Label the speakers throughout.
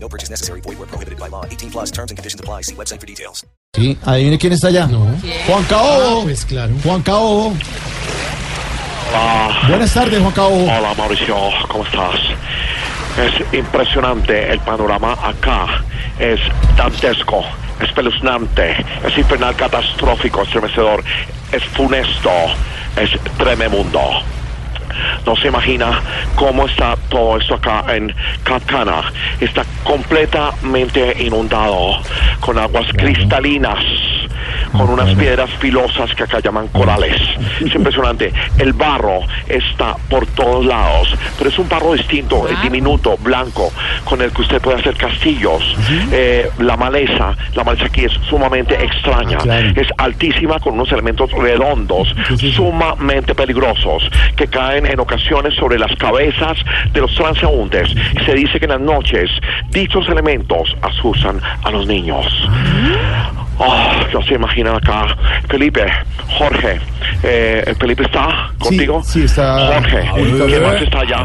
Speaker 1: No purchase necessary. Void where prohibited by law. 18 plus terms and conditions apply. See website for details.
Speaker 2: Sí, adivine quién está allá.
Speaker 3: No.
Speaker 2: Juan Caobo.
Speaker 3: Ah, pues claro.
Speaker 2: Juan Caobo.
Speaker 4: Ah,
Speaker 2: Buenas tardes, Juan Caobo.
Speaker 4: hola Mauricio, ¿cómo estás? Es impresionante el panorama acá. Es dantesco, espeluznante, es infernal, catastrófico, estremecedor, es funesto, es trememundo. No se imagina cómo está todo esto acá en Capcana. Está completamente inundado con aguas cristalinas, con unas piedras filosas que acá llaman corales. Es impresionante. El barro está por todos lados, pero es un barro distinto, es diminuto, blanco, con el que usted puede hacer castillos. Eh, la maleza, la maleza aquí es sumamente extraña.
Speaker 2: claro.
Speaker 4: Es altísima con unos elementos redondos, sumamente peligrosos, que caen en ocasiones sobre las cabezas de los transeúntes. Y se dice que en las noches dichos elementos asustan a los niños. Ah, no se imaginan acá. Felipe, Jorge, eh, Felipe está contigo.
Speaker 2: sí, está.
Speaker 4: Jorge,
Speaker 2: Ahorita
Speaker 4: ¿quién
Speaker 2: lo-
Speaker 4: más está allá?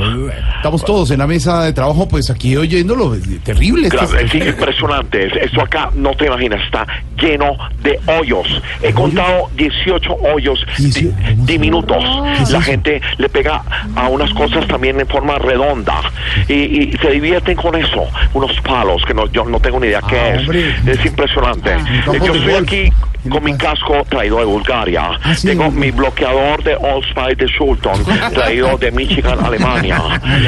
Speaker 2: Estamos todos en la mesa de trabajo, pues aquí oyéndolo. es Terrible. pues, esto
Speaker 4: Claro,
Speaker 2: es-
Speaker 4: es que impresionante. Es- Esto acá no te imaginas, está lleno de hoyos. He contado 18 hoyos di-
Speaker 2: Diecio-
Speaker 4: diminutos.
Speaker 2: es
Speaker 4: La
Speaker 2: eso?
Speaker 4: gente le pega a unas cosas también en forma redonda y, y se divierten con eso. Unos palos que no, yo no tengo ni idea qué es.
Speaker 2: Ah, hombre. Ah,
Speaker 4: Es impresionante. Eh,
Speaker 2: campo
Speaker 4: Yo
Speaker 2: de
Speaker 4: estoy
Speaker 2: golf.
Speaker 4: aquí
Speaker 2: ¿Qué
Speaker 4: con
Speaker 2: le
Speaker 4: mi
Speaker 2: pasa?
Speaker 4: casco traído de Bulgaria.
Speaker 2: Ah, sí,
Speaker 4: Tengo
Speaker 2: hombre.
Speaker 4: mi bloqueador de Old Spice de Sultan traído de Michigan, Alemania.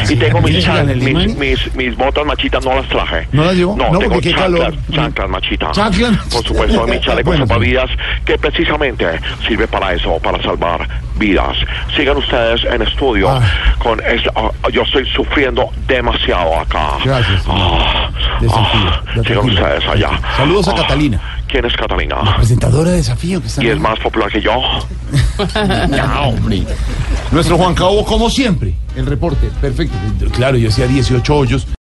Speaker 4: Y tengo mis,
Speaker 2: Ah, Michigan,
Speaker 4: chan-
Speaker 2: Alemania.
Speaker 4: mis, mis, mis botas machitas no las traje.
Speaker 2: ¿No las llevó?
Speaker 4: No,
Speaker 2: No,
Speaker 4: tengo
Speaker 2: porque qué
Speaker 4: chanclas,
Speaker 2: calor.
Speaker 4: chanclas machita.
Speaker 2: Chanclas.
Speaker 4: Por supuesto, mi chaleco
Speaker 2: Bueno, sí.
Speaker 4: salvavidas, que precisamente sirve para eso, para salvar vidas. Sigan ustedes en estudio.
Speaker 2: Ah.
Speaker 4: con esta- ah, Yo estoy sufriendo demasiado acá.
Speaker 2: Gracias, señor.
Speaker 4: Ah,
Speaker 2: Ya tranquilo,
Speaker 4: ah,
Speaker 2: ya
Speaker 4: sigan
Speaker 2: tranquilo.
Speaker 4: ustedes allá.
Speaker 2: Saludos a
Speaker 4: Ah,
Speaker 2: Catalina.
Speaker 4: ¿Quién es Catalina?
Speaker 2: Presentadora de desafío que está.
Speaker 4: ¿Y es más popular que yo?
Speaker 2: No, hombre. Nuestro Juan Cabo, como siempre, el reporte. Perfecto. Claro, yo hacía 18 hoyos.